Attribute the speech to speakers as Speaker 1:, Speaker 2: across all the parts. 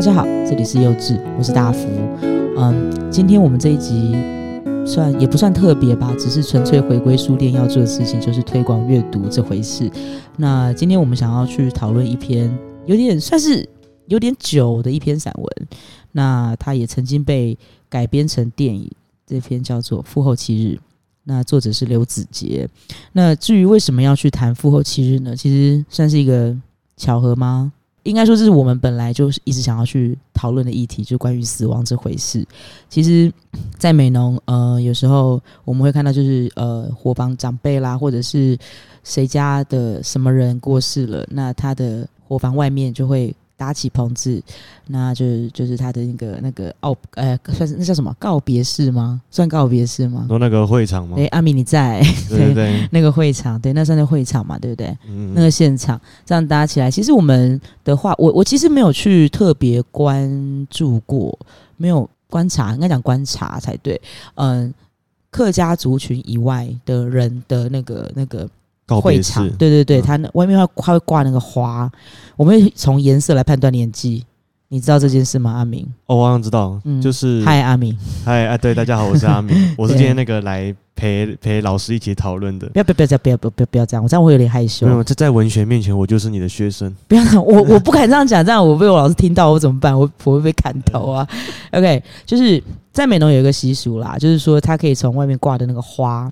Speaker 1: 家好，这里是幼稚，我是大福。嗯，今天我们这一集算也不算特别吧，只是纯粹回归书店要做的事情，就是推广阅读这回事。那今天我们想要去讨论一篇有点算是有点久的一篇散文，那它也曾经被改编成电影，这篇叫做《父后七日》。那作者是刘子杰。那至于为什么要去谈《父后七日》呢？其实算是一个巧合吗？应该说这是我们本来就是一直想要去讨论的议题，就关于死亡这回事。其实，在美农，呃，有时候我们会看到，就是呃，伙房长辈啦，或者是谁家的什么人过世了，那他的伙房外面就会搭起棚子，那就是就是他的那个那个告呃，算是那叫什么告别式吗？算告别式吗？
Speaker 2: 说那个会场吗？
Speaker 1: 哎、阿米你在
Speaker 2: 对对对，
Speaker 1: 那个会场，对，那算是会场嘛，对不对？
Speaker 2: 嗯，
Speaker 1: 那个现场这样搭起来，其实我们的话，我我其实没有去特别关注过，没有观察，应该讲观察才对。嗯，客家族群以外的人的那个那个
Speaker 2: 告
Speaker 1: 会
Speaker 2: 别
Speaker 1: 场
Speaker 2: 式，，
Speaker 1: 对对对，
Speaker 2: 嗯
Speaker 1: 它那外面它它会挂那个花，我们会从颜色来判断年纪，你知道这件事吗？阿明，
Speaker 2: 哦，我好像知道
Speaker 1: 嗯，
Speaker 2: 就是
Speaker 1: 嗨，阿明，
Speaker 2: 嗨啊，对，大家好，我是阿明， 我是
Speaker 1: 对
Speaker 2: 今天那个来陪陪老师一起讨论的。
Speaker 1: 不要不要不要这样不要不要不要不要这样，我这样会有点害羞
Speaker 2: 没。有，这在文学面前，我就是你的学生。
Speaker 1: 不要这样，我 我不敢这样讲，这样我被我老师听到，我怎么办？我我会被砍头 啊！OK，就是在美浓有一个习俗啦，就是说它可以从外面挂的那个花，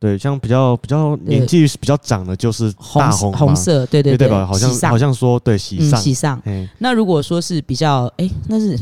Speaker 2: 对，像比较比较
Speaker 1: 对
Speaker 2: 年纪比较长的，就是大
Speaker 1: 红
Speaker 2: 红嘛
Speaker 1: 红，色，对对
Speaker 2: 对
Speaker 1: 对，
Speaker 2: 吧？好像
Speaker 1: 喜上
Speaker 2: 好像说对喜
Speaker 1: 嗯
Speaker 2: 上，
Speaker 1: 喜上。
Speaker 2: 哎，
Speaker 1: 那如果说是比较，哎、那是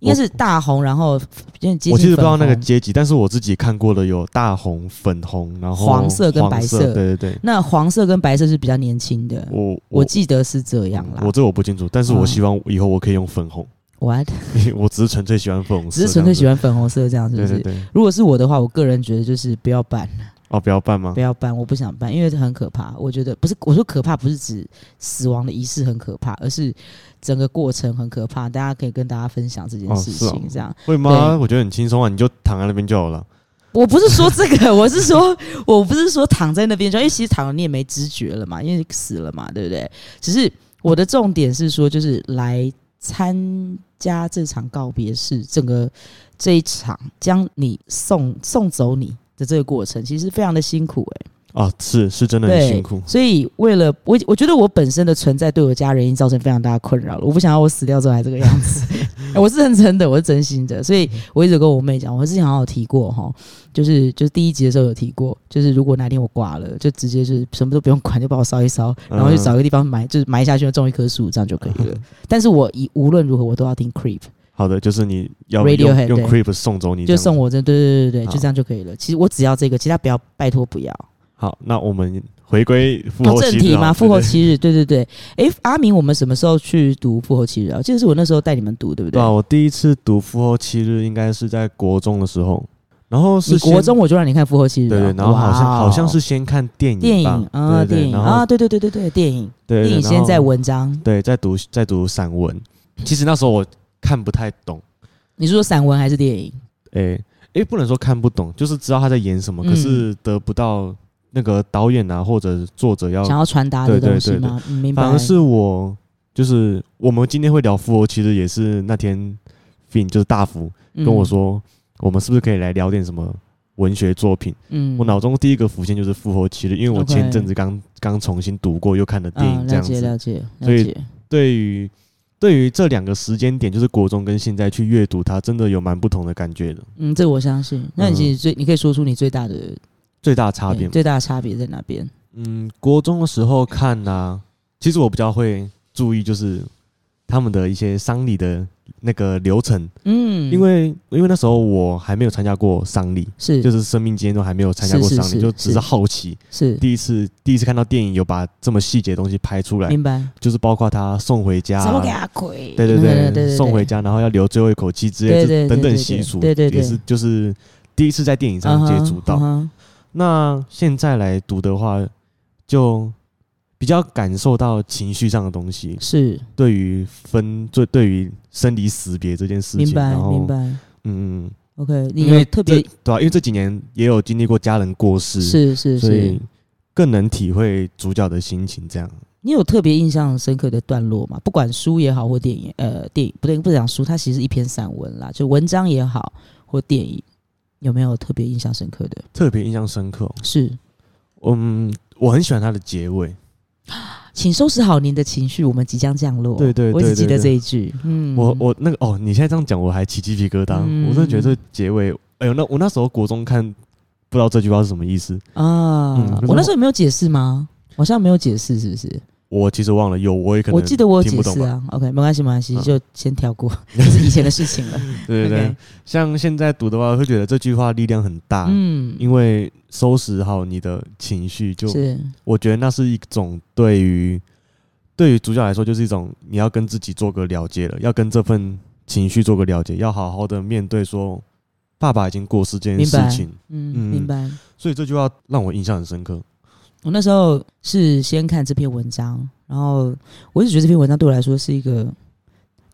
Speaker 1: 应该是大红，然后有点接近
Speaker 2: 我其实不知道
Speaker 1: 粉
Speaker 2: 那个
Speaker 1: 红
Speaker 2: 阶级，但是我自己看过的有大红、粉红，然后
Speaker 1: 黄色跟
Speaker 2: 黄
Speaker 1: 白色
Speaker 2: 色，对对对，
Speaker 1: 那黄色跟白色是比较年轻的，我
Speaker 2: 我我
Speaker 1: 记得是这样啦
Speaker 2: 我。这我不清楚，但是
Speaker 1: 嗯
Speaker 2: 我希望以后我可以用粉红，
Speaker 1: 我还
Speaker 2: 我只是纯粹喜欢粉红色
Speaker 1: 只
Speaker 2: 这样子，
Speaker 1: 是纯粹喜欢粉红色这样，是不
Speaker 2: 对
Speaker 1: 是？
Speaker 2: 对对，
Speaker 1: 如果是我的话，我个人觉得就是不要办。
Speaker 2: 哦，不要办吗
Speaker 1: 不？要办，我不想办，因为很可怕。我觉得不是，我说可怕不是指死亡的仪式很可怕，而是整个过程很可怕。大家可以跟大家分享这件
Speaker 2: 哦
Speaker 1: 事
Speaker 2: 是哦
Speaker 1: 情，这样。
Speaker 2: 会
Speaker 1: 对
Speaker 2: 吗？我觉得很轻松啊，你就躺在那边就好了。
Speaker 1: 我不是说这个，我是说，我不是说躺在那边就，因为其实躺了你也没知觉了嘛，因为死了嘛，对不对？只是我的重点是说，就是来参加这场告别式，整个这一场将你送送走你的这个过程，其实非常的辛苦、欸，
Speaker 2: 啊，是是真的很
Speaker 1: 对，
Speaker 2: 辛苦，
Speaker 1: 所以为了我，我觉得我本身的存在对我家人已经造成非常大的困扰了。我不想要我死掉之后还这个样 子，哎我是认真的，我是真心的。所以我一直跟我妹讲，我之前好像有提过哈，就是就是第一集的时候有提过，就是如果哪天我挂了，就直接就是什么都不用管，就把我烧一烧，
Speaker 2: 嗯
Speaker 1: 然后就找一个地方埋，就是埋下去种一棵树，这样就可以了。但是我以无论如何我都要听 Creep，
Speaker 2: 好的，就是你要
Speaker 1: Radiohead，
Speaker 2: 用用
Speaker 1: 对
Speaker 2: creep 送走你，
Speaker 1: 就送。我这，对对对对，
Speaker 2: 好
Speaker 1: 就这样就可以了。其实我只要这个，其他不要，拜托不要。
Speaker 2: 好，那我们回归复
Speaker 1: 哦
Speaker 2: 活
Speaker 1: 正
Speaker 2: 期
Speaker 1: 题嘛，
Speaker 2: 嘛，
Speaker 1: 复活
Speaker 2: 对对
Speaker 1: 七日，对对对。诶，阿明，我们什么时候去读复活七日啊？这个是我那时候带你们读，对不
Speaker 2: 对
Speaker 1: 对？
Speaker 2: 啊，我第一次读复后七日应该是在国中的时候，然后是
Speaker 1: 你国
Speaker 2: 先
Speaker 1: 中我就让你看复活七日
Speaker 2: 对
Speaker 1: 啊，
Speaker 2: 对，然后好像
Speaker 1: 哇哦
Speaker 2: 好像是先看电影
Speaker 1: 电
Speaker 2: 吧，
Speaker 1: 影啊，
Speaker 2: 对对
Speaker 1: 电影
Speaker 2: 然后
Speaker 1: 啊，对对对对对，电影
Speaker 2: 对
Speaker 1: 电
Speaker 2: 对
Speaker 1: 影
Speaker 2: 然
Speaker 1: 先
Speaker 2: 后
Speaker 1: 在文章，
Speaker 2: 对在读在读散文，其实那时候我看不太懂，
Speaker 1: 你是说散文还是电影？
Speaker 2: 诶诶，不能说看不懂，就是知道他在演什么，
Speaker 1: 嗯
Speaker 2: 可是得不到那个导演啊或者作者要
Speaker 1: 想要传达的
Speaker 2: 对对
Speaker 1: 东西
Speaker 2: 对对
Speaker 1: 吗？嗯明白
Speaker 2: 反。而是我，就是我们今天会聊富欧，其实也是那天 Fin 就是大福
Speaker 1: 嗯
Speaker 2: 跟我说，我们是不是可以来聊点什么文学作品？
Speaker 1: 嗯，嗯
Speaker 2: 我脑中第一个浮现就是《复活期日》，因为我
Speaker 1: OK
Speaker 2: 前阵子刚刚重新读过又看了电
Speaker 1: 啊，
Speaker 2: 影，
Speaker 1: 了
Speaker 2: 这样
Speaker 1: 解
Speaker 2: 子。
Speaker 1: 了解了
Speaker 2: 所以
Speaker 1: 解，
Speaker 2: 对于对于这两个时间点，就是国中跟现在去阅读它，真的有蛮不同的感觉的。
Speaker 1: 嗯，这我相信。那你
Speaker 2: 嗯
Speaker 1: 其实最，你可以说出你最大的
Speaker 2: 最大差
Speaker 1: 对
Speaker 2: 别，
Speaker 1: 最大的差别在哪边？
Speaker 2: 嗯，国中的时候看呐、其实我比较会注意就是他们的一些丧礼的那个流程。
Speaker 1: 嗯，
Speaker 2: 因为因为那时候我还没有参加过丧礼，
Speaker 1: 是
Speaker 2: 就是生命经验中还没有参加过
Speaker 1: 是是
Speaker 2: 丧
Speaker 1: 是
Speaker 2: 礼，就只
Speaker 1: 是
Speaker 2: 是好奇，
Speaker 1: 是
Speaker 2: 第一次第一次看到电影有把这么细节的东西拍出来，
Speaker 1: 明白，
Speaker 2: 就是包括他送回家
Speaker 1: 怎么
Speaker 2: 啊，
Speaker 1: 给阿鬼？
Speaker 2: 对对
Speaker 1: 嗯对对，
Speaker 2: 送回
Speaker 1: 对
Speaker 2: 家，然后要留最后一口气之
Speaker 1: 对对
Speaker 2: 类这
Speaker 1: 对
Speaker 2: 等
Speaker 1: 对
Speaker 2: 等
Speaker 1: 对
Speaker 2: 习俗，
Speaker 1: 对对对
Speaker 2: 也是就是第一次在电影
Speaker 1: 嗯
Speaker 2: 上接
Speaker 1: 哼
Speaker 2: 触到
Speaker 1: 嗯。哼
Speaker 2: 那现在来读的话，就比较感受到情绪上的东西，
Speaker 1: 是
Speaker 2: 对于分对对于生离死别这件事情，
Speaker 1: 明白
Speaker 2: 然后
Speaker 1: 明白。
Speaker 2: 嗯。
Speaker 1: OK，你
Speaker 2: 因为
Speaker 1: 有特别
Speaker 2: 这对啊，因为这几年也有经历过家人过世，
Speaker 1: 是是
Speaker 2: 所
Speaker 1: 是
Speaker 2: 以，更能体会主角的心情。这样，
Speaker 1: 你有特别印象深刻的段落吗？不管书也好，或电影，呃，电影不对，不讲书，它其实是一篇散文啦，就文章也好，或电影，有没有特别印象深刻的？
Speaker 2: 特别印象深刻哦、
Speaker 1: 是，
Speaker 2: 嗯，我很喜欢它的结尾，
Speaker 1: 请收拾好您的情绪，我们即将降落。
Speaker 2: 对对对
Speaker 1: 我一直记得
Speaker 2: 对对
Speaker 1: 这一句。嗯，
Speaker 2: 我我那个哦，你现在这样讲，我还起鸡皮疙瘩，
Speaker 1: 嗯
Speaker 2: 我真的觉得这结尾，哎呦，那我那时候国中看，不知道这句话是什么意思，
Speaker 1: 啊、
Speaker 2: 嗯
Speaker 1: 我那时候有没有解释吗？好像没有解释，是不是？
Speaker 2: 我其实忘了，有我也可能
Speaker 1: 我记得我有
Speaker 2: 听不
Speaker 1: 解
Speaker 2: 懂
Speaker 1: 释
Speaker 2: 吧，
Speaker 1: 啊。OK，没关系，没关系，
Speaker 2: 嗯
Speaker 1: 就先跳过， 这是以前的事 情了。
Speaker 2: 对对对
Speaker 1: OK
Speaker 2: 像现在读的话，会觉得这句话力量很大，
Speaker 1: 嗯，
Speaker 2: 啊因为收拾好你的情绪，就是
Speaker 1: 嗯
Speaker 2: 我觉得那是一种对于对于主角来说，就是一种你要跟自己做个了结了，要跟这份情绪做个了结，要好好的面对说爸爸已经过世这件
Speaker 1: 明白
Speaker 2: 事情，
Speaker 1: 嗯，
Speaker 2: 嗯
Speaker 1: 明白。
Speaker 2: 所以这句话让我印象很深刻。
Speaker 1: 我那时候是先看这篇文章，然后我一直觉得这篇文章对我来说是一个，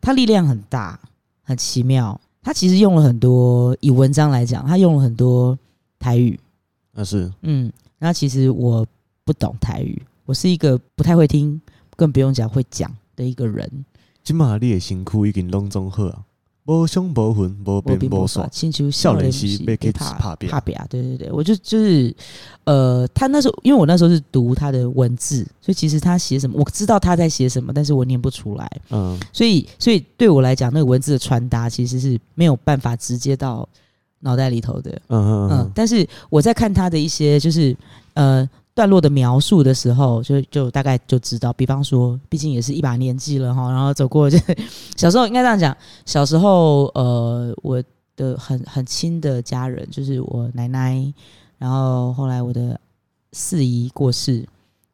Speaker 1: 它力量很大，很奇妙。它其实用了很多，以文章来讲，它用了很多台语，
Speaker 2: 那是
Speaker 1: 嗯，那其实我不懂台语，我是一个不太会听，更不用讲会讲的一个人。
Speaker 2: 今嘛你的辛苦已经拢中好啊，无胸无魂无
Speaker 1: 我
Speaker 2: 边
Speaker 1: 并
Speaker 2: 无
Speaker 1: 不啊
Speaker 2: 耍
Speaker 1: 耍，，请求
Speaker 2: 少年
Speaker 1: 时
Speaker 2: 时被 kids 打拼
Speaker 1: 怕别啊，对对对，我就就是，呃，他那时候因为我那时候是读他的文字，所以其实他写什么我知道他在写什么，但是我念不出来，
Speaker 2: 嗯，
Speaker 1: 所以所以对我来讲，那个文字的传达其实是没有办法直接到脑袋里头的。
Speaker 2: 嗯嗯
Speaker 1: 嗯
Speaker 2: 嗯，，
Speaker 1: 但是我在看他的一些就是呃段落的描述的时候，就就大概就知道，比方说，毕竟也是一把年纪了哈，然后走过就是 小时候应该这样讲，小时候呃我的很很亲的家人就是我奶奶，然后后来我的四姨过世，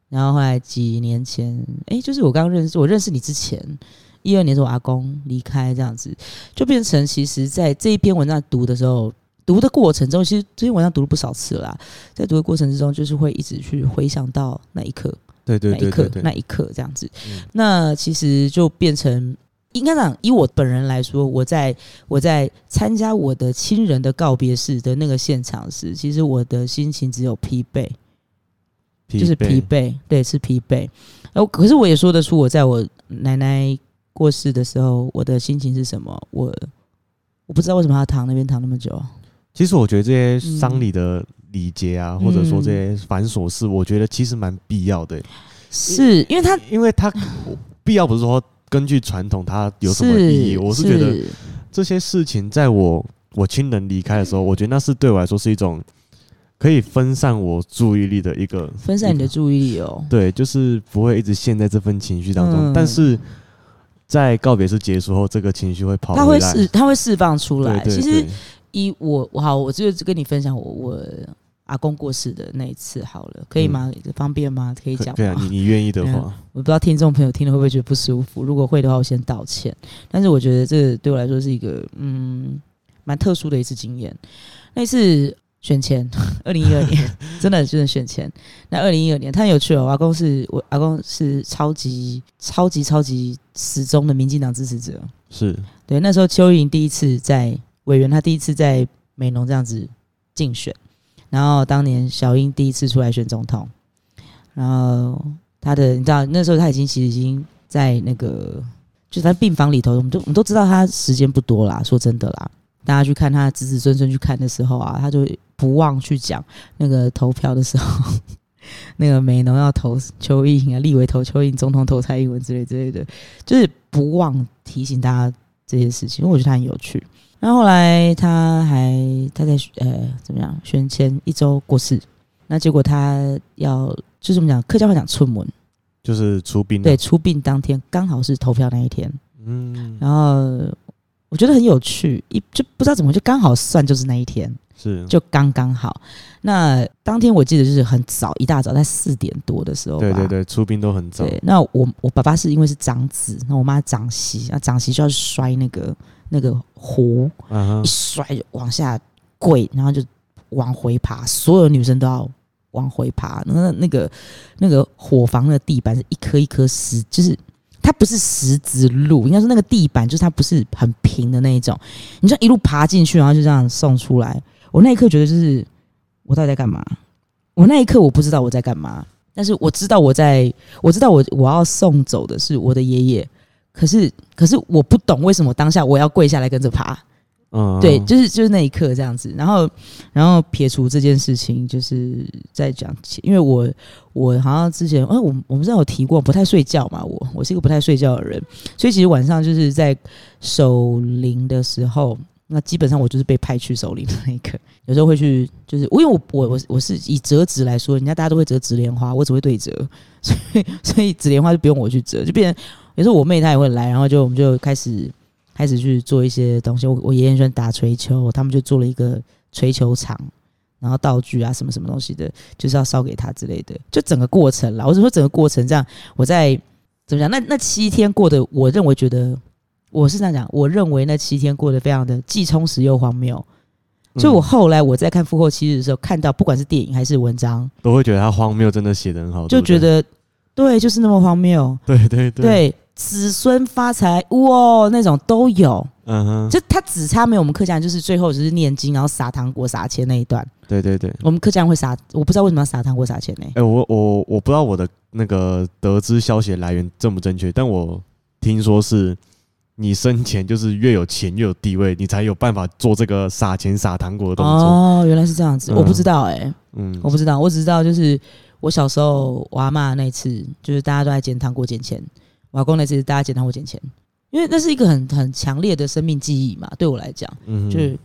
Speaker 1: 然后后来几年前，诶，就是我刚认识我认识你之前。一二年是我阿公离开，这样子就变成，其实，在这一篇文章读的时候，读的过程中，其实这篇文章读了不少次了啦，在读的过程之中，就是会一直去回想到那一刻、
Speaker 2: 对对
Speaker 1: 那一
Speaker 2: 对
Speaker 1: 刻
Speaker 2: 对、对，
Speaker 1: 那一刻这样子。
Speaker 2: 嗯
Speaker 1: 那其实就变成，应该讲，以我本人来说，我在我在参加我的亲人的告别式的那个现场时，其实我的心情只有疲惫，就是疲惫，对，是疲惫。然后，可是我也说得出，我在我奶奶过世的时候，我的心情是什么？我我不知道为什么她躺那边躺那么久啊。
Speaker 2: 其实我觉得这些
Speaker 1: 嗯
Speaker 2: 丧礼的礼节啊，或者说这些繁琐事，我觉得其实蛮必要的、
Speaker 1: 是因为她
Speaker 2: 因为它必要不是说根据传统它有什么意义，我是觉得这些事情在我我亲人离开的时
Speaker 1: 嗯
Speaker 2: 候，我觉得那是对我来说是一种可以分散我注意力的一个
Speaker 1: 分散你的注意力哦。
Speaker 2: 对，就是不会一直陷在这份情绪当
Speaker 1: 嗯
Speaker 2: 中，但是。在告别式结束后，这个情绪会跑
Speaker 1: 它
Speaker 2: 回
Speaker 1: 会
Speaker 2: 来。
Speaker 1: 释，它会释放出来。
Speaker 2: 对对
Speaker 1: 其实
Speaker 2: 对
Speaker 1: 以我，我好，我就是跟你分享我我阿公过世的那一次好了，可以吗？方便吗？可以
Speaker 2: 嗯可
Speaker 1: 讲
Speaker 2: 对啊，
Speaker 1: 吗
Speaker 2: 你？你愿意的
Speaker 1: 嗯
Speaker 2: 话，
Speaker 1: 我不知道听众朋友听了会不会觉得不舒服，如果会的话，我先道歉。但是我觉得这对我来说是一个嗯蛮特殊的一次经验。那一次选前， 二零一二年，真的真的选前。那二零一二年，他很有趣哦。我阿公是我阿公是超级超级超级死忠的民进党支持者。
Speaker 2: 是
Speaker 1: 对，那时候邱莹第一次在委员，她第一次在美农这样子竞选，然后当年小英第一次出来选总统，然后她的你知道那时候她已经其实已经在那个就在病房里头，我们都我们都知道她时间不多啦，说真的啦，大家去看她子子孙孙去看的时候啊，她就不忘去讲那个投票的时候。 那个美农要投邱莹啊，立委投邱莹，总统投蔡英文之类之类的，就是不忘提醒大家这些事情，因为我觉得他很有趣。然后后来他还他在呃怎么样选前一周过世，那结果他要就是我们讲客家话讲春门，
Speaker 2: 嗯就是出殡啊。
Speaker 1: 对，出殡当天刚好是投票那一天，
Speaker 2: 嗯，
Speaker 1: 然后我觉得很有趣，一就不知道怎么就刚好算就是那一天，
Speaker 2: 是
Speaker 1: 就刚刚好。那当天我记得就是很早，一大早在四点多的时候吧，
Speaker 2: 对对对，出殡都很早。
Speaker 1: 对，那我我爸爸是因为是长子，那我妈长媳，那长媳就要摔那个那个壶，
Speaker 2: 嗯
Speaker 1: 一
Speaker 2: 哼，
Speaker 1: 摔就往下跪，然后就往回爬，所有女生都要往回爬。那那个那个火房的地板是一颗一颗石，就是它不是石子路，应该说那个地板就是它不是很平的那一种，你就一路爬进去，然后就这样送出来。我那一刻觉得就是我到底在干嘛？我那一刻我不知道我在干嘛，但是我知道我在，我知道我我要送走的是我的爷爷，可是可是我不懂为什么当下我要跪下来跟着爬。
Speaker 2: 嗯，
Speaker 1: 对，就是就是那一刻这样子，然后然后撇除这件事情，就是在讲，因为我我好像之前，哎、呃，我我们之前有提过，不太睡觉嘛，我我是一个不太睡觉的人，所以其实晚上就是在守灵的时候，那基本上我就是被派去守灵的那一刻，有时候会去，就是因为我我我我是以折纸来说，人家大家都会折纸莲花，我只会对折，所以所以纸莲花就不用我去折，就变成有时候我妹她也会来，然后就我们就开始。开始去做一些东西，我我爷爷喜欢打锤球，他们就做了一个锤球场，然后道具啊什么什么东西的，就是要烧给他之类的，就整个过程啦。我是说整个过程这样，我在怎么讲？那那七天过得，我认为觉得我是这样讲，我认为那七天过得非常的既充实又荒谬。
Speaker 2: 嗯
Speaker 1: 所以我后来我在看《复后七日》的时候，看到不管是电影还是文章，
Speaker 2: 都会觉得他荒谬，真的写的很好，
Speaker 1: 就觉得对，就是那么荒谬。
Speaker 2: 对对
Speaker 1: 对。對子孙发财哇，那种都有，
Speaker 2: 嗯哼，
Speaker 1: 就他只差没有我们客家人，就是最后就是念经，然后撒糖果、撒钱那一段。
Speaker 2: 对对对，
Speaker 1: 我们客家人会撒，我不知道为什么要撒糖果、撒钱呢、欸？
Speaker 2: 哎、欸，我我我不知道我的那个得知消息来源正不正确，但我听说是你生前就是越有钱越有地位，你才有办法做这个撒钱、撒糖果的动作。
Speaker 1: 哦，原来是这样子，嗯、我不知道哎、欸，
Speaker 2: 嗯，
Speaker 1: 我不知道，我只知道就是我小时候我阿妈那次，就是大家都在捡糖果、捡钱。瓦工那次大家捡糖我捡钱，因为那是一个很很强烈的生命记忆嘛，对我来讲，
Speaker 2: 嗯、
Speaker 1: 就是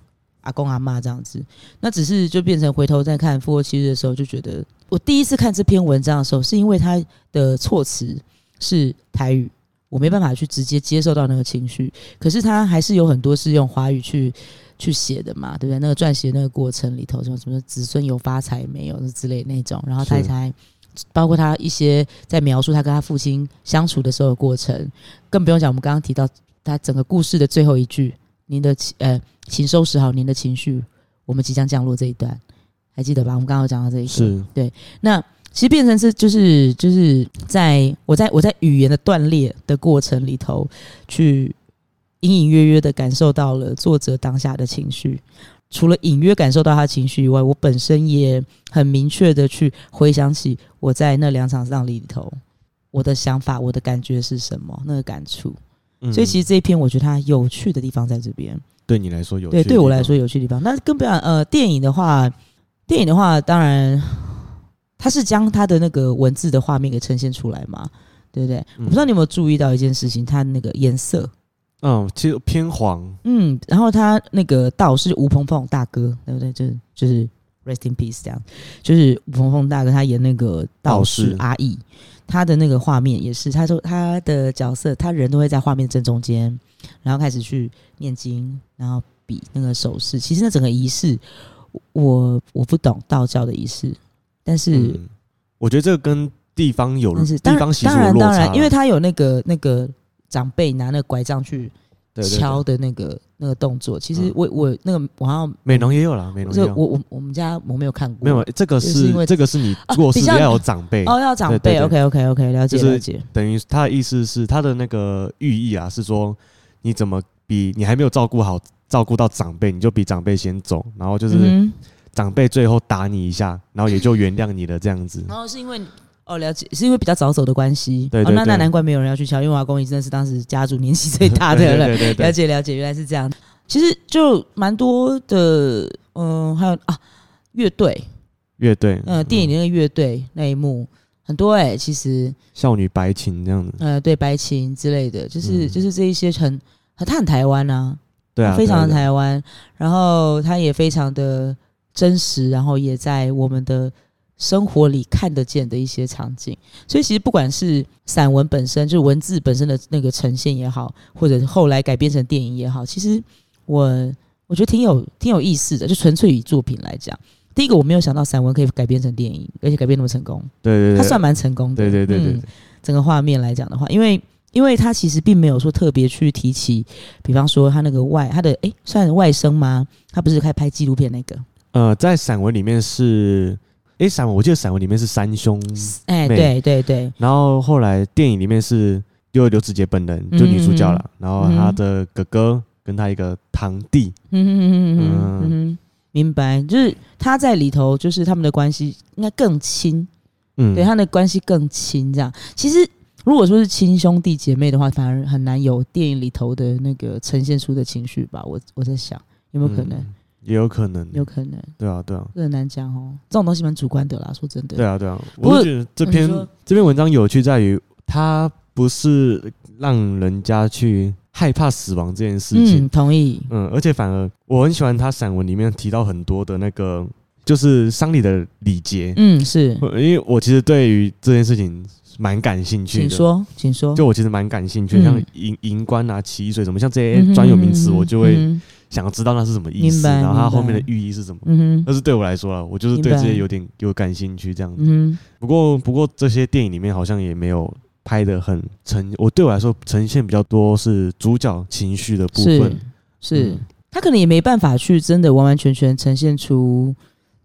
Speaker 1: 阿公阿妈这样子。那只是就变成回头再看《复活七日》的时候，就觉得我第一次看这篇文章的时候，是因为他的措辞是台语，我没办法去直接接受到那个情绪。可是他还是有很多是用华语去去写的嘛，对不对？那个撰写那个过程里头，什么什么子孙有发财没有之类那种，然后他才。包括他一些在描述他跟他父亲相处的所有过程，更不用讲我们刚刚提到他整个故事的最后一句：“您的呃，请收拾好您的情绪，我们即将降落。”这一段还记得吧？我们刚刚讲到这一
Speaker 2: 是
Speaker 1: 对。那其实变成是就是就是在我在我在语言的断裂的过程里头，去隐隐约约的感受到了作者当下的情绪。除了隐约感受到他情绪以外，我本身也很明确的去回想起我在那两场葬礼里头，我的想法、我的感觉是什么，那个感触。
Speaker 2: 嗯、
Speaker 1: 所以其实这一篇我觉得它有趣的地方在这边。
Speaker 2: 对你来说有趣，
Speaker 1: 对对我来说有趣的地方。那更不要呃，电影的话，电影的话，当然它是将它的那个文字的画面给呈现出来嘛，对不对？嗯、我不知道你有没有注意到一件事情，它那个颜色。
Speaker 2: 嗯，其实偏黄。
Speaker 1: 嗯，然后他那个道是吴鹏鹏大哥，对不对？就是就是 rest in peace 这样，就是吴鹏鹏大哥他演那个道士阿义，他的那个画面也是，他说他的角色，他人都会在画面正中间，然后开始去念经，然后比那个手势。其实那整个仪式，我我不懂道教的仪式，但是、嗯、
Speaker 2: 我觉得这个跟地方有，
Speaker 1: 但是
Speaker 2: 地方习俗
Speaker 1: 当然当然，因为他有那个那个。长辈拿那个拐杖去敲的那个那个动作，其实
Speaker 2: 嗯
Speaker 1: 我我那个我好像
Speaker 2: 美容也有啦，美容
Speaker 1: 就我我我们家我没有看过，
Speaker 2: 没有哎这个
Speaker 1: 是
Speaker 2: 因为这个是你做事要有长辈
Speaker 1: 哦，要长辈，OK OK OK，了解了解。
Speaker 2: 等于他的意思是他的那个寓意啊，是说你怎么比你还没有照顾好照顾到长辈，你就比长辈先走，然后
Speaker 1: 嗯
Speaker 2: 就是长辈最后打你一下，然后也就原谅你了这样子。
Speaker 1: 然后是因为。哦，了解，是因为比较早走的关系。
Speaker 2: 对
Speaker 1: 哦，
Speaker 2: 对对。
Speaker 1: 那那难怪没有人要去敲，因为阿公也真的是当时家族年纪最大的了。
Speaker 2: 对对对。
Speaker 1: 了解了解，原来是这样。其实就蛮多的，嗯、呃，还有啊，乐队，
Speaker 2: 乐队，
Speaker 1: 呃，电影那个乐队那一幕很多哎、欸，其实
Speaker 2: 少女白琴这样子，
Speaker 1: 呃，对，白琴之类的，就是、嗯、就是这一些很，他很台湾啊，
Speaker 2: 对啊，
Speaker 1: 非常的台湾，然后他也非常的真实，然后也在我们的。生活里看得见的一些场景，所以其实不管是散文本身，就是文字本身的那个呈现也好，或者后来改编成电影也好，其实我我觉得挺有挺有意思的。就纯粹以作品来讲，第一个我没有想到散文可以改编成电影，而且改编那么成功，
Speaker 2: 对对对，
Speaker 1: 它算蛮成功的。
Speaker 2: 对对对对,對、
Speaker 1: 嗯，整个画面来讲的话，因为因为它其实并没有说特别去提起，比方说他那个外他的哎、欸、算外甥吗？他不是开拍纪录片那个？
Speaker 2: 呃，在散文里面是。哎，散文我记得散文里面是三兄，
Speaker 1: 哎，对对对。
Speaker 2: 然后后来电影里面是因为刘子杰本人
Speaker 1: 嗯
Speaker 2: 就女主角了，然后她的哥哥跟她一个堂弟，
Speaker 1: 嗯嗯嗯嗯嗯，明白，就是他在里头，就是他们的关系应该更亲，
Speaker 2: 嗯，
Speaker 1: 对他的关系更亲。这样其实如果说是亲兄弟姐妹的话，反而很难有电影里头的那个呈现出的情绪吧。我我在想有没有可能，
Speaker 2: 嗯也有可能，
Speaker 1: 有可能，
Speaker 2: 对啊，对啊，
Speaker 1: 这很难讲哦。这种东西蛮主观的啦，说真的。
Speaker 2: 对啊，对啊。
Speaker 1: 不过
Speaker 2: 我是觉得这篇
Speaker 1: 你说
Speaker 2: 这篇文章有趣在于，它不是让人家去害怕死亡这件事情，
Speaker 1: 嗯，同意。
Speaker 2: 嗯而且反而我很喜欢他散文里面提到很多的那个，就是丧礼的礼节，
Speaker 1: 嗯，是，
Speaker 2: 因为我其实对于这件事情蛮感兴趣
Speaker 1: 请
Speaker 2: 的。
Speaker 1: 说，请说。
Speaker 2: 就我其实蛮感兴趣，
Speaker 1: 嗯
Speaker 2: 像银银冠啊、奇异水什么，像这
Speaker 1: 嗯
Speaker 2: 些
Speaker 1: 哼
Speaker 2: 专有名词，我就会
Speaker 1: 嗯
Speaker 2: 想要知道那是什么意
Speaker 1: 明
Speaker 2: 思，
Speaker 1: 白
Speaker 2: 然后它后面的
Speaker 1: 明白
Speaker 2: 寓意是什么。
Speaker 1: 哼，嗯
Speaker 2: 但是对我来说啊，我就是
Speaker 1: 明
Speaker 2: 对这
Speaker 1: 白
Speaker 2: 些有点有感兴趣这样子。
Speaker 1: 哼，嗯
Speaker 2: 不过，不过这些电影里面好像也没有拍的很呈，我对我来说呈现比较多是主角情绪的
Speaker 1: 哼，
Speaker 2: 部
Speaker 1: 是
Speaker 2: 分。
Speaker 1: 是
Speaker 2: 嗯，
Speaker 1: 他可能也没办法去真的完完全全呈现出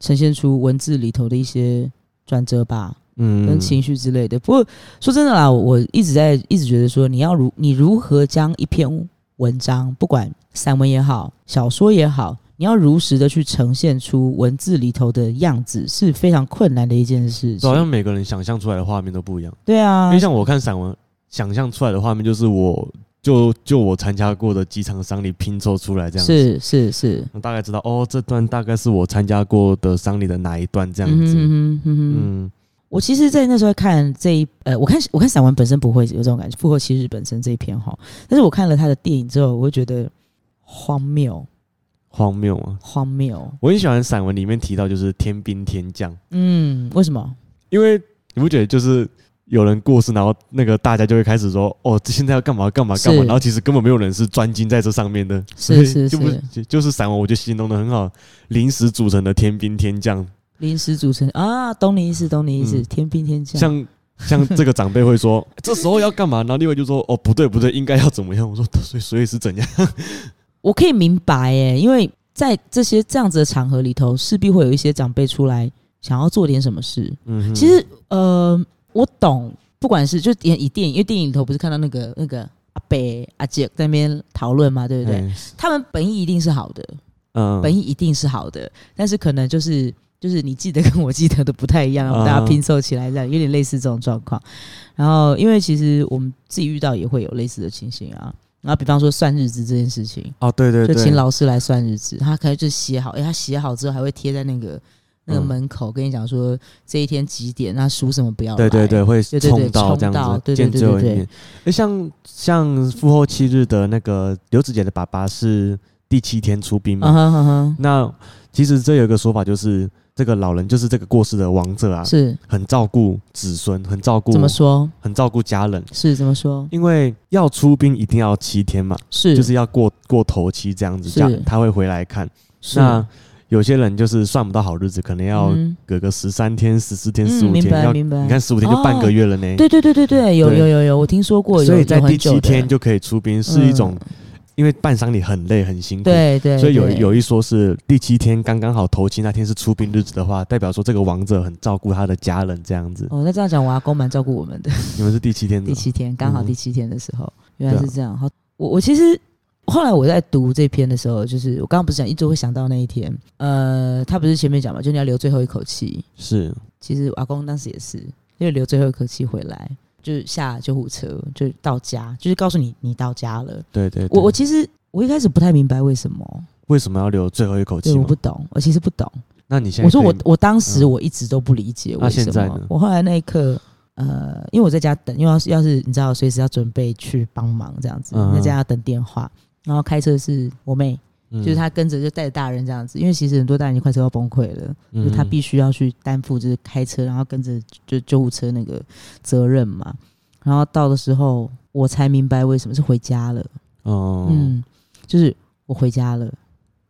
Speaker 1: 呈现出文字里头的一些转折吧，
Speaker 2: 嗯，
Speaker 1: 跟情绪之类的。不过说真的啦，我一直在一直觉得说，你要如你如何将一篇文章，不管散文也好，小说也好，你要如实的去呈现出文字里头的样子，是非常困难的一件事
Speaker 2: 好
Speaker 1: 情。
Speaker 2: 像每个人想象出来的画面都不一样。
Speaker 1: 对啊
Speaker 2: 因为，像我看散文，想象出来的画面就是我就就我参加过的几场丧礼拼凑出来这样子。
Speaker 1: 是是是，
Speaker 2: 我大概知道哦，这段大概是我参加过的丧礼的哪一段这
Speaker 1: 这
Speaker 2: 样子。嗯
Speaker 1: 嗯哼嗯哼我其实，在那时候看这一呃，我看我看散文本身不会有这种感觉，《复活七日》本身这一篇哈，但是我看了他的电影之后，我会觉得荒谬，
Speaker 2: 荒谬啊！
Speaker 1: 荒谬。
Speaker 2: 我很喜欢散文里面提到就是天兵天将。
Speaker 1: 嗯，为什么？
Speaker 2: 因为你不觉得就是有人过世，然后那个大家就会开始说哦，这现在要干嘛干嘛干嘛，
Speaker 1: 是
Speaker 2: 然后其实根本没有人是专精在这上面的，
Speaker 1: 是
Speaker 2: 所以
Speaker 1: 是
Speaker 2: 就不
Speaker 1: 是
Speaker 2: 就就是散文，我就形容的很好，临时组成的天兵天将，
Speaker 1: 临时组成啊，懂你意思，懂你意思，
Speaker 2: 嗯
Speaker 1: 天兵天将。
Speaker 2: 像。 像这个长辈会说，这时候要干嘛？然后另外就说，哦，不对不对，应该要怎么样？我说，所以所以是怎样？
Speaker 1: 我可以明白耶，因为在这些这样子的场合里头，势必会有一些长辈出来想要做点什么事。
Speaker 2: 嗯哼，
Speaker 1: 其实呃，我懂，不管是就以以电影，因为电影里头不是看到那个那个阿北阿姐在那边讨论嘛，对不对？
Speaker 2: 嗯
Speaker 1: 他们本意一定是好的，
Speaker 2: 嗯，
Speaker 1: 本意一定是好的，但是可能就是就是你记得跟我记得的不太一样，然后大家
Speaker 2: 啊
Speaker 1: 拼凑起来这样，有点类似这种状况。然后因为其实我们自己遇到也会有类似的情形啊。然后比方说算日子这件事情，
Speaker 2: 哦，对对
Speaker 1: 就
Speaker 2: 对，
Speaker 1: 请老师来算日子，他可能就写好，哎、他写好之后还会贴在那个那个
Speaker 2: 嗯
Speaker 1: 门口，跟你讲说这一天几点，那书什么不要
Speaker 2: 对对
Speaker 1: 来
Speaker 2: 对，会
Speaker 1: 对对对
Speaker 2: 冲到
Speaker 1: 冲
Speaker 2: 这
Speaker 1: 到
Speaker 2: 样
Speaker 1: 对对
Speaker 2: 子，见
Speaker 1: 对
Speaker 2: 最后
Speaker 1: 对
Speaker 2: 一
Speaker 1: 对
Speaker 2: 面。那像像复后七日的那个刘子杰的爸爸是第七天出
Speaker 1: 嗯
Speaker 2: 兵嘛？
Speaker 1: 哼嗯哼，
Speaker 2: 那其实这有一个说法，就是这个老人就是这个过世的王者啊，
Speaker 1: 是
Speaker 2: 很照顾子孙，很照顾
Speaker 1: 怎，么说？
Speaker 2: 很照顾家人。
Speaker 1: 是怎么说？
Speaker 2: 因为要出兵一定要七天嘛，
Speaker 1: 是
Speaker 2: 就是要过过头七这样子，
Speaker 1: 是
Speaker 2: 这样他会回来看。
Speaker 1: 是
Speaker 2: 那有些人就是算不到好日子，可能要
Speaker 1: 嗯
Speaker 2: 隔个十三天、十四天、
Speaker 1: 嗯
Speaker 2: 十五
Speaker 1: 明
Speaker 2: 天，
Speaker 1: 白
Speaker 2: 要
Speaker 1: 明白
Speaker 2: 你看十五天就半个月了呢。
Speaker 1: 对对对对对，有
Speaker 2: 对
Speaker 1: 有有有，我听说过有，
Speaker 2: 所以
Speaker 1: 有
Speaker 2: 在
Speaker 1: 很
Speaker 2: 第
Speaker 1: 久的
Speaker 2: 七天就可以出兵，是一种
Speaker 1: 嗯
Speaker 2: 因为办丧礼很累很辛苦，，
Speaker 1: 对对，
Speaker 2: 所以有
Speaker 1: 对
Speaker 2: 有一说是第七天刚刚好头七那天是出兵日子的话，代表说这个王者很照顾他的家人这样子。
Speaker 1: 哦，那这样讲，我阿公蛮照顾我们的。
Speaker 2: 你们是第七天的
Speaker 1: 第，七天刚好
Speaker 2: 嗯
Speaker 1: 第七天的时候，原来
Speaker 2: 对啊
Speaker 1: 是这样。好，我我其实后来我在读这篇的时候，就是我刚刚不是讲一直会想到那一天，呃，他不是前面讲嘛，就你要留最后一口气。
Speaker 2: 是
Speaker 1: 其实我阿公当时也是，因为留最后一口气回来，就是下救护车，就到家，就是告诉你你到家了。
Speaker 2: 对对。对
Speaker 1: 我我其实我一开始不太明白为什么，
Speaker 2: 为什么要留最后一口
Speaker 1: 对，
Speaker 2: 气
Speaker 1: 我
Speaker 2: 吗
Speaker 1: 不？懂，我其实不懂。
Speaker 2: 那你现在
Speaker 1: 我说我
Speaker 2: 可以
Speaker 1: 我当时
Speaker 2: 嗯
Speaker 1: 我一直都不理解
Speaker 2: 那
Speaker 1: 为什么。
Speaker 2: 现在呢
Speaker 1: 我后来那一刻，呃，因为我在家等，因为要是要是你知道，随时要准备去帮忙这样子，
Speaker 2: 嗯
Speaker 1: 在家要等电话。然后开车是我妹，
Speaker 2: 嗯
Speaker 1: 就是她跟着就带着大人这样子，因为其实很多大人已经快车要崩溃了，
Speaker 2: 嗯
Speaker 1: 就她必须要去担负就是开车，然后跟着就救护车那个责任嘛。然后到的时候，我才明白为什么是回家了。
Speaker 2: 哦
Speaker 1: 嗯，就是我回家了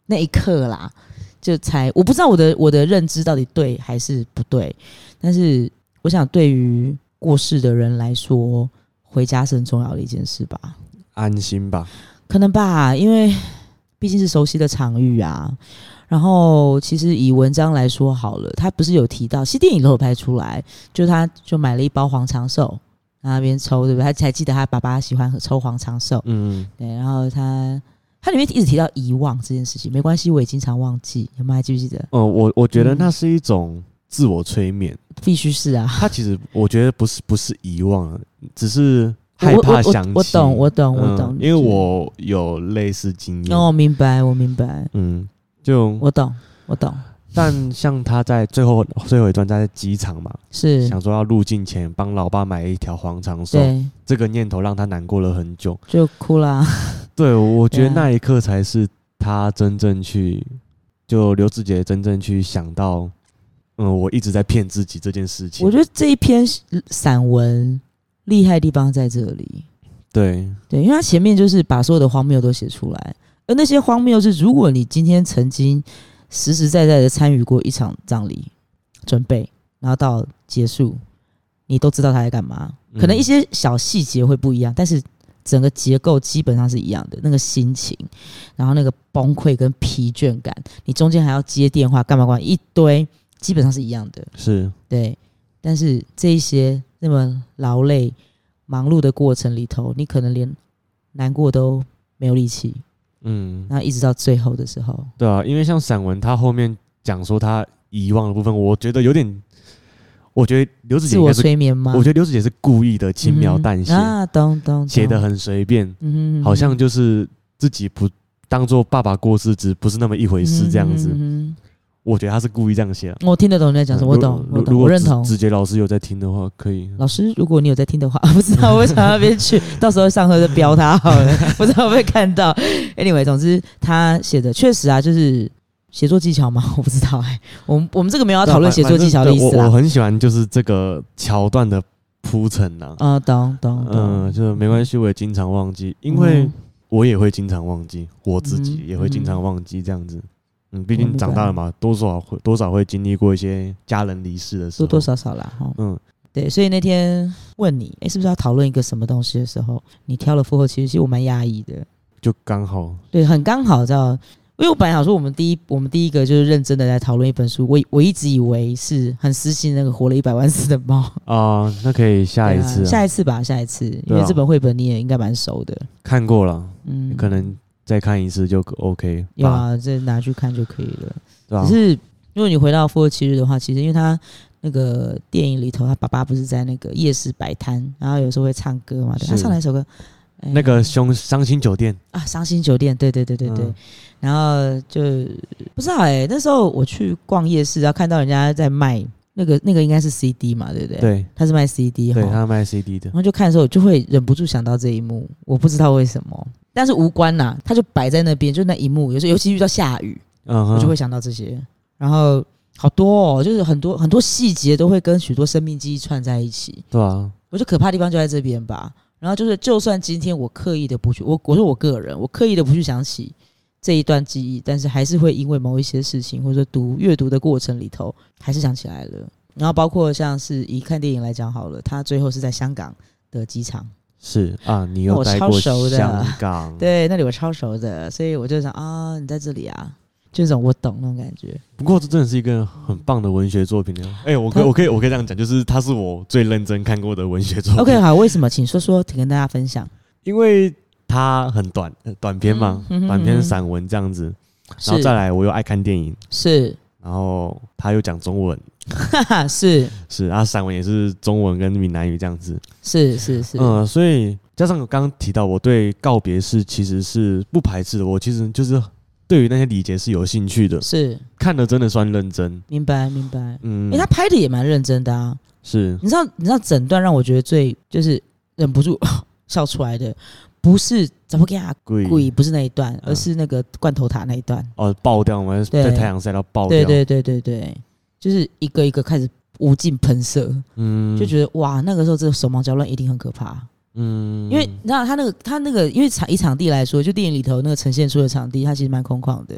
Speaker 1: 那一刻啦，就才我不知道我的我的认知到底对还是不对，但是我想对于过世的人来说，回家是很重要的一件事吧，
Speaker 2: 安心吧，
Speaker 1: 可能吧，因为毕竟是熟悉的场域啊。然后，其实以文章来说好了，他不是有提到，其实电影都有拍出来，就他就买了一包黄长寿，然后那边抽，对不对？他才记得他爸爸喜欢抽黄长寿，
Speaker 2: 嗯，
Speaker 1: 对，然后他他里面一直提到遗忘这件事情，没关系，我也经常忘记，有没有还记不记得？
Speaker 2: 哦，我我觉得
Speaker 1: 嗯
Speaker 2: 那是一种自我催眠。
Speaker 1: 必须是啊，
Speaker 2: 他其实我觉得不是不是遗忘了，只是
Speaker 1: 我
Speaker 2: 害怕
Speaker 1: 我
Speaker 2: 想起。
Speaker 1: 我我懂，我懂，我懂
Speaker 2: 嗯，因为我有类似经验。
Speaker 1: 哦，我明白，我明白，
Speaker 2: 嗯，就
Speaker 1: 我懂，我懂，
Speaker 2: 但像他在最后最后一段在机场嘛，
Speaker 1: 是
Speaker 2: 想说要入境前帮老爸买一条黄长寿，
Speaker 1: 对，
Speaker 2: 这个念头让他难过了很久。
Speaker 1: 就哭啦，
Speaker 2: 对，我觉
Speaker 1: 对啊
Speaker 2: 得那一刻才是他真正去，就刘志杰真正去想到，嗯，我一直在骗自己这件事情。
Speaker 1: 我觉得这一篇散文厉害的地方在这里，
Speaker 2: 对，
Speaker 1: 对，因为他前面就是把所有的荒谬都写出来，而那些荒谬是如果你今天曾经实实在在的参与过一场葬礼准备，然后到结束，你都知道他在干嘛。可能
Speaker 2: 嗯
Speaker 1: 一些小细节会不一样，但是整个结构基本上是一样的。那个心情，然后那个崩溃跟疲倦感，你中间还要接电话，干嘛干嘛一堆，基本上是一样的。
Speaker 2: 是，
Speaker 1: 对，但是这一些那么劳累、忙碌的过程里头，你可能连难过都没有力气，
Speaker 2: 嗯，
Speaker 1: 然后一直到最后的时候，
Speaker 2: 对啊，因为像散文，他后面讲说他遗忘的部分，我觉得有点，我觉得刘志杰
Speaker 1: 自
Speaker 2: 应
Speaker 1: 我
Speaker 2: 该是，
Speaker 1: 催眠吗？
Speaker 2: 我觉得刘志杰是故意的轻
Speaker 1: 嗯
Speaker 2: 描
Speaker 1: 哼
Speaker 2: 淡写，
Speaker 1: 啊，懂懂，
Speaker 2: 写的
Speaker 1: 懂，
Speaker 2: 很随便，
Speaker 1: 嗯哼嗯哼
Speaker 2: 好像就是自己不当做爸爸过世只不是那么一回事这样子。
Speaker 1: 嗯哼嗯哼
Speaker 2: 我觉得他是故意这样写的。啊呃
Speaker 1: 我听得懂你在讲什么，我
Speaker 2: 如
Speaker 1: 懂，
Speaker 2: 如
Speaker 1: 我
Speaker 2: 如
Speaker 1: 懂，
Speaker 2: 果
Speaker 1: 我认
Speaker 2: 直
Speaker 1: 同。
Speaker 2: 直觉老师有在听的话，可以。
Speaker 1: 老师，如果你有在听的话， 不知道我想到那边 去，到时候上课就标他好了， 不知道会不会看到。Anyway，总之他写的确实啊，就是写作技巧嘛， 我不知道哎、我们我们这个没有要讨论写作技巧的意思
Speaker 2: 对啊我我
Speaker 1: 啦。
Speaker 2: 很喜欢就是这个桥段的铺陈呐。
Speaker 1: 嗯，懂懂懂，
Speaker 2: 嗯，就是没关系，我也经常忘记，因为
Speaker 1: 嗯
Speaker 2: 我也会经常忘记，我自己
Speaker 1: 嗯
Speaker 2: 也会经常忘记这样子。嗯，毕
Speaker 1: 我明
Speaker 2: 竟
Speaker 1: 白
Speaker 2: 长大了嘛，多少会多少会经历过一些家人离世的时
Speaker 1: 多
Speaker 2: 候。
Speaker 1: 多少少啦哈。齁
Speaker 2: 嗯，
Speaker 1: 对，所以那天问你，哎、是不是要讨论一个什么东西的时候，你挑了复合其实其实我蛮压抑的。
Speaker 2: 就刚好
Speaker 1: 对，很刚好知道，因为我本来想说我们第一我们第一个就是认真的来讨论一本书，我我一直以为是很私心那个活了一百万次的猫，
Speaker 2: 啊，那可以 下一次
Speaker 1: 对啊
Speaker 2: 啊
Speaker 1: 下一次吧，下一次，因
Speaker 2: 对
Speaker 1: 为
Speaker 2: 啊
Speaker 1: 这本绘本你也应该蛮熟的，
Speaker 2: 看过了，
Speaker 1: 嗯，
Speaker 2: 可能再看一次就 OK
Speaker 1: 有
Speaker 2: 吧，
Speaker 1: 啊，这拿去看就可以了。
Speaker 2: 对吧
Speaker 1: 只？是如果你回到《复活七日》的话，其实因为他那个电影里头，他爸爸不是在那个夜市摆摊，然后有时候会唱歌嘛，对他
Speaker 2: 是
Speaker 1: 唱哪首歌？哎
Speaker 2: 那个凶伤心酒店，
Speaker 1: 啊，伤心酒店，对对对对对，
Speaker 2: 嗯
Speaker 1: 然后就不知道哎、那时候我去逛夜市，然后看到人家在卖那个那个应该是 CD 嘛，对不对？，
Speaker 2: 对
Speaker 1: 他是卖 CD 哈
Speaker 2: 对，，他卖 CD 的
Speaker 1: 然，后就看的时候就会忍不住想到这一幕，我不知道为什么，但是无关呐，它就摆在那边，就那一幕，有时候尤其遇到下雨，
Speaker 2: 嗯
Speaker 1: 我
Speaker 2: 哼，
Speaker 1: 就会想到这些，然后好多哦，就是很多很多细节都会跟许多生命记忆串在一起，
Speaker 2: 对啊，
Speaker 1: 我觉得可怕的地方就在这边吧。然后就是，就算今天我刻意的不去，我我说我个人，我刻意的不去想起这一段记忆，但是还是会因为某一些事情，或者说读阅读的过程里头，还是想起来了。然后包括像是以看电影来讲好了，他最后是在香港的机场，
Speaker 2: 是啊，你
Speaker 1: 我
Speaker 2: 又待
Speaker 1: 超
Speaker 2: 过
Speaker 1: 熟的
Speaker 2: 香港，
Speaker 1: 对，那里我超熟的，所以我就想啊，你在这里啊，就这种我懂那种感觉。
Speaker 2: 不过这真的是一个很棒的文学作品呢。哎，我可
Speaker 1: 它
Speaker 2: 我可以我可以这样讲，就是它是我最认真看过的文学作品。
Speaker 1: OK，好，为什么？请说说，请跟大家分享。
Speaker 2: 因为它很短，呃短篇嘛，
Speaker 1: 嗯嗯哼
Speaker 2: 短
Speaker 1: 嗯
Speaker 2: 篇
Speaker 1: 哼
Speaker 2: 散文这样子。然后
Speaker 1: 是
Speaker 2: 再来，我又爱看电影，
Speaker 1: 是，
Speaker 2: 然后他又讲中文，
Speaker 1: 哈哈， 是
Speaker 2: 是啊，散文也是中文跟闽南语这样子。
Speaker 1: 是是是，
Speaker 2: 嗯，所以加上我刚刚提到，我对告别式其实是不排斥的，我其实就是对于那些礼节是有兴趣的，
Speaker 1: 是，
Speaker 2: 看的真的算认真。
Speaker 1: 明白明白。
Speaker 2: 嗯，
Speaker 1: 因为他拍的也蛮认真的啊。
Speaker 2: 是
Speaker 1: 你知道，你知道整段让我觉得最就是忍不住 笑出来的，不是怎么给他
Speaker 2: 故
Speaker 1: 故意，
Speaker 2: 意
Speaker 1: 不是那一段，
Speaker 2: 嗯
Speaker 1: 而是那个罐头塔那一段。
Speaker 2: 哦爆掉嘛，
Speaker 1: 对
Speaker 2: 在太阳晒到爆掉，
Speaker 1: 对对对对对，就是一个一个开始无尽喷射，
Speaker 2: 嗯，
Speaker 1: 就觉得哇，那个时候这个手忙脚乱一定很可怕。
Speaker 2: 嗯，
Speaker 1: 因为你知道他那个他那个，因为场以场地来说，就电影里头那个呈现出的场地，它其实蛮空旷的，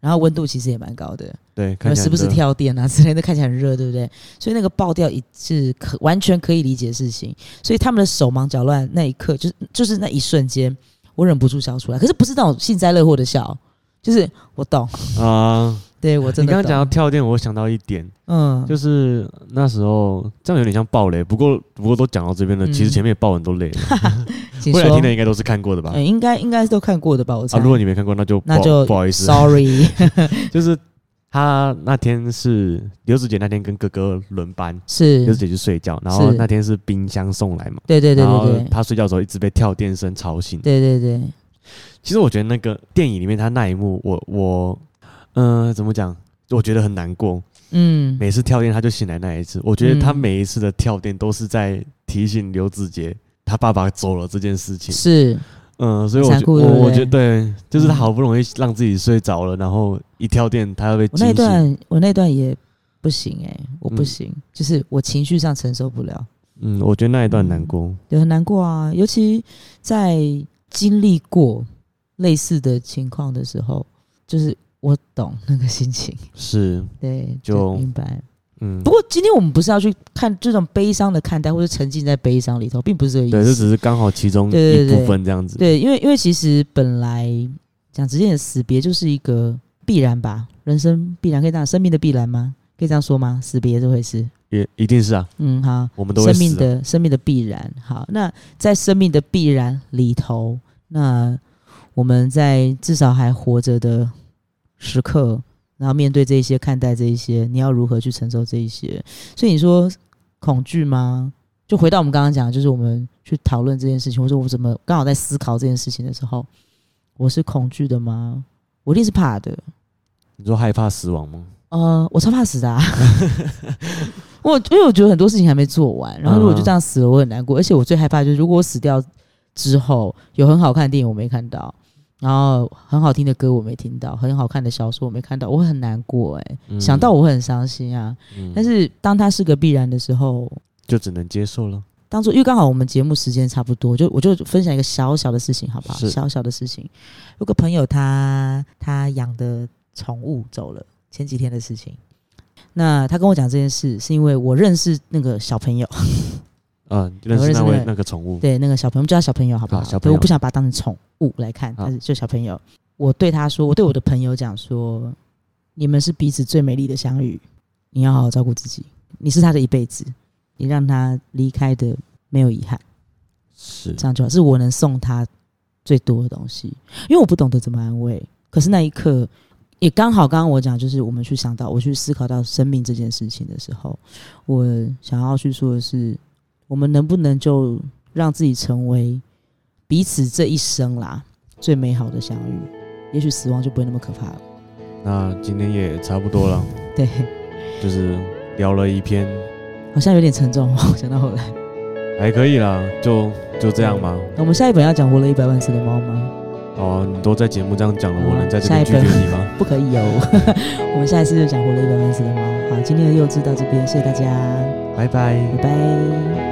Speaker 1: 然后温度其实也蛮高的。
Speaker 2: 对，
Speaker 1: 可能
Speaker 2: 看起
Speaker 1: 呃
Speaker 2: 来
Speaker 1: 时不时
Speaker 2: 很热，
Speaker 1: 跳电啊之 类的，看起来很热，对不对？所以那个爆掉也是可完全可以理解的事情。所以他们的手忙脚乱那一刻，就是就是那一瞬间，我忍不住笑出来。可是不是那种幸灾乐祸的笑，就是我懂，
Speaker 2: 啊。
Speaker 1: 对我真
Speaker 2: 你
Speaker 1: 的
Speaker 2: 刚
Speaker 1: 懂。
Speaker 2: 刚讲到跳电，我想到一点，
Speaker 1: 嗯，
Speaker 2: 就是那时候这样有点像爆雷，不过不过都讲到这边了，
Speaker 1: 嗯
Speaker 2: 其实前面也爆很多雷了，
Speaker 1: 请嗯
Speaker 2: 未
Speaker 1: 说
Speaker 2: 来听的应该都是看过的吧？啊
Speaker 1: 嗯，应该应该是都看过的吧？我猜。
Speaker 2: 啊，如果你没看过，那就不
Speaker 1: 那
Speaker 2: 好
Speaker 1: 就
Speaker 2: 不好意思，
Speaker 1: sorry，
Speaker 2: 就是他那天是刘子姐那天跟哥哥轮班，
Speaker 1: 是
Speaker 2: 刘子姐去睡觉，然后
Speaker 1: 是
Speaker 2: 那天是冰箱送来嘛，
Speaker 1: 对对对
Speaker 2: 然后
Speaker 1: 对对，
Speaker 2: 他睡觉的时候一直被跳电声吵醒。
Speaker 1: 对对对，
Speaker 2: 其实我觉得那个电影里面他那一幕，我我嗯、呃怎么讲？我觉得很难过。
Speaker 1: 嗯，
Speaker 2: 每次跳电他就醒来那一次，我觉得他
Speaker 1: 嗯
Speaker 2: 每一次的跳电都是在提醒刘子杰他爸爸走了这件事情。
Speaker 1: 是
Speaker 2: 嗯，所以我
Speaker 1: 残
Speaker 2: 觉
Speaker 1: 酷
Speaker 2: 我
Speaker 1: 对不
Speaker 2: 我
Speaker 1: 对
Speaker 2: 觉得对，就是他
Speaker 1: 嗯
Speaker 2: 好不容易让自己睡着了，然后一跳电他要被
Speaker 1: 我那
Speaker 2: 惊醒。
Speaker 1: 段我那段也不行哎、我不
Speaker 2: 嗯
Speaker 1: 行，就是我情绪上承受不了。
Speaker 2: 嗯，我觉得那一段难过。
Speaker 1: 也很难过啊，尤其在经历过类似的情况的时候，就是我懂那个心情，
Speaker 2: 是，
Speaker 1: 对，
Speaker 2: 就
Speaker 1: 明白。
Speaker 2: 嗯
Speaker 1: 不，过今天我们不是要去看这种悲伤的看待，或者沉浸在悲伤里头，并不是这个意思。
Speaker 2: 对，这只是刚好其中
Speaker 1: 对对
Speaker 2: 一
Speaker 1: 对
Speaker 2: 部分这样子。
Speaker 1: 对，因为因为其实本来讲直接点，死别就是一个必然吧，人生必然可以这样，生命的必然吗？可以这样说吗？死别这回事，
Speaker 2: 也一定是啊，
Speaker 1: 嗯，好，
Speaker 2: 我们都会
Speaker 1: 生命
Speaker 2: 死啊。
Speaker 1: 的生命的必然。好，那在生命的必然里头，那我们在至少还活着的时刻，然后面对这一些，看待这一些，你要如何去承受这一些？所以你说恐惧吗？就回到我们刚刚讲的，就是我们去讨论这件事情，或者我怎么刚好在思考这件事情的时候，我是恐惧的吗？我一定是怕的。
Speaker 2: 你说害怕死亡吗？
Speaker 1: 呃，我超怕死的、啊。 我因为我觉得很多事情还没做完，然后如果就这样死了，我很难过。而且我最害怕就是，如果我死掉之后，有很好看的电影我没看到，然后很好听的歌我没听到，很好看的小说我没看到，我会很难过、欸。哎、
Speaker 2: 嗯
Speaker 1: 想到我会很伤心啊。
Speaker 2: 嗯
Speaker 1: 但是当它是个必然的时候，
Speaker 2: 就只能接受了。
Speaker 1: 当做，因为刚好我们节目时间差不多，就我就分享一个小小的事情，好不好？
Speaker 2: 是
Speaker 1: 小小的事情，有个朋友他他养的宠物走了，前几天的事情。那他跟我讲这件事，是因为我认识那个小朋友，
Speaker 2: 嗯，认识
Speaker 1: 认识
Speaker 2: 那
Speaker 1: 那
Speaker 2: 位
Speaker 1: 个
Speaker 2: 那个宠物。
Speaker 1: 对那个小朋友，我们叫他小朋友好不好？
Speaker 2: 好小
Speaker 1: 对
Speaker 2: 朋友
Speaker 1: 我不想把他当成宠物来看，
Speaker 2: 好
Speaker 1: 但是就小朋友，我对他说，我对我的朋友讲说，你们是彼此最美丽的相遇，你要好好照顾自己，你是他的一辈子，你让他离开的没有遗憾。
Speaker 2: 是
Speaker 1: 这样就好，是我能送他最多的东西，因为我不懂得怎么安慰。可是那一刻，也刚好刚刚我讲，就是我们去想到，我去思考到生命这件事情的时候，我想要去说的是，我们能不能就让自己成为彼此这一生啦最美好的相遇？也许死亡就不会那么可怕了。
Speaker 2: 那今天也差不多了，
Speaker 1: 对，
Speaker 2: 就是聊了一篇，
Speaker 1: 好像有点沉重哦。想到后来，
Speaker 2: 还可以啦，就就这样吧。
Speaker 1: 那我们下一本要讲《活了一百万次的猫》吗？
Speaker 2: 哦，你都在节目这样讲了，我能在这
Speaker 1: 下一
Speaker 2: 边拒绝
Speaker 1: 本
Speaker 2: 你吗？
Speaker 1: 不可以哦。 我们下一次就讲《活了一百万次的猫》。好，今天的幼稚到这边，谢谢大家。
Speaker 2: 拜拜。
Speaker 1: 拜拜。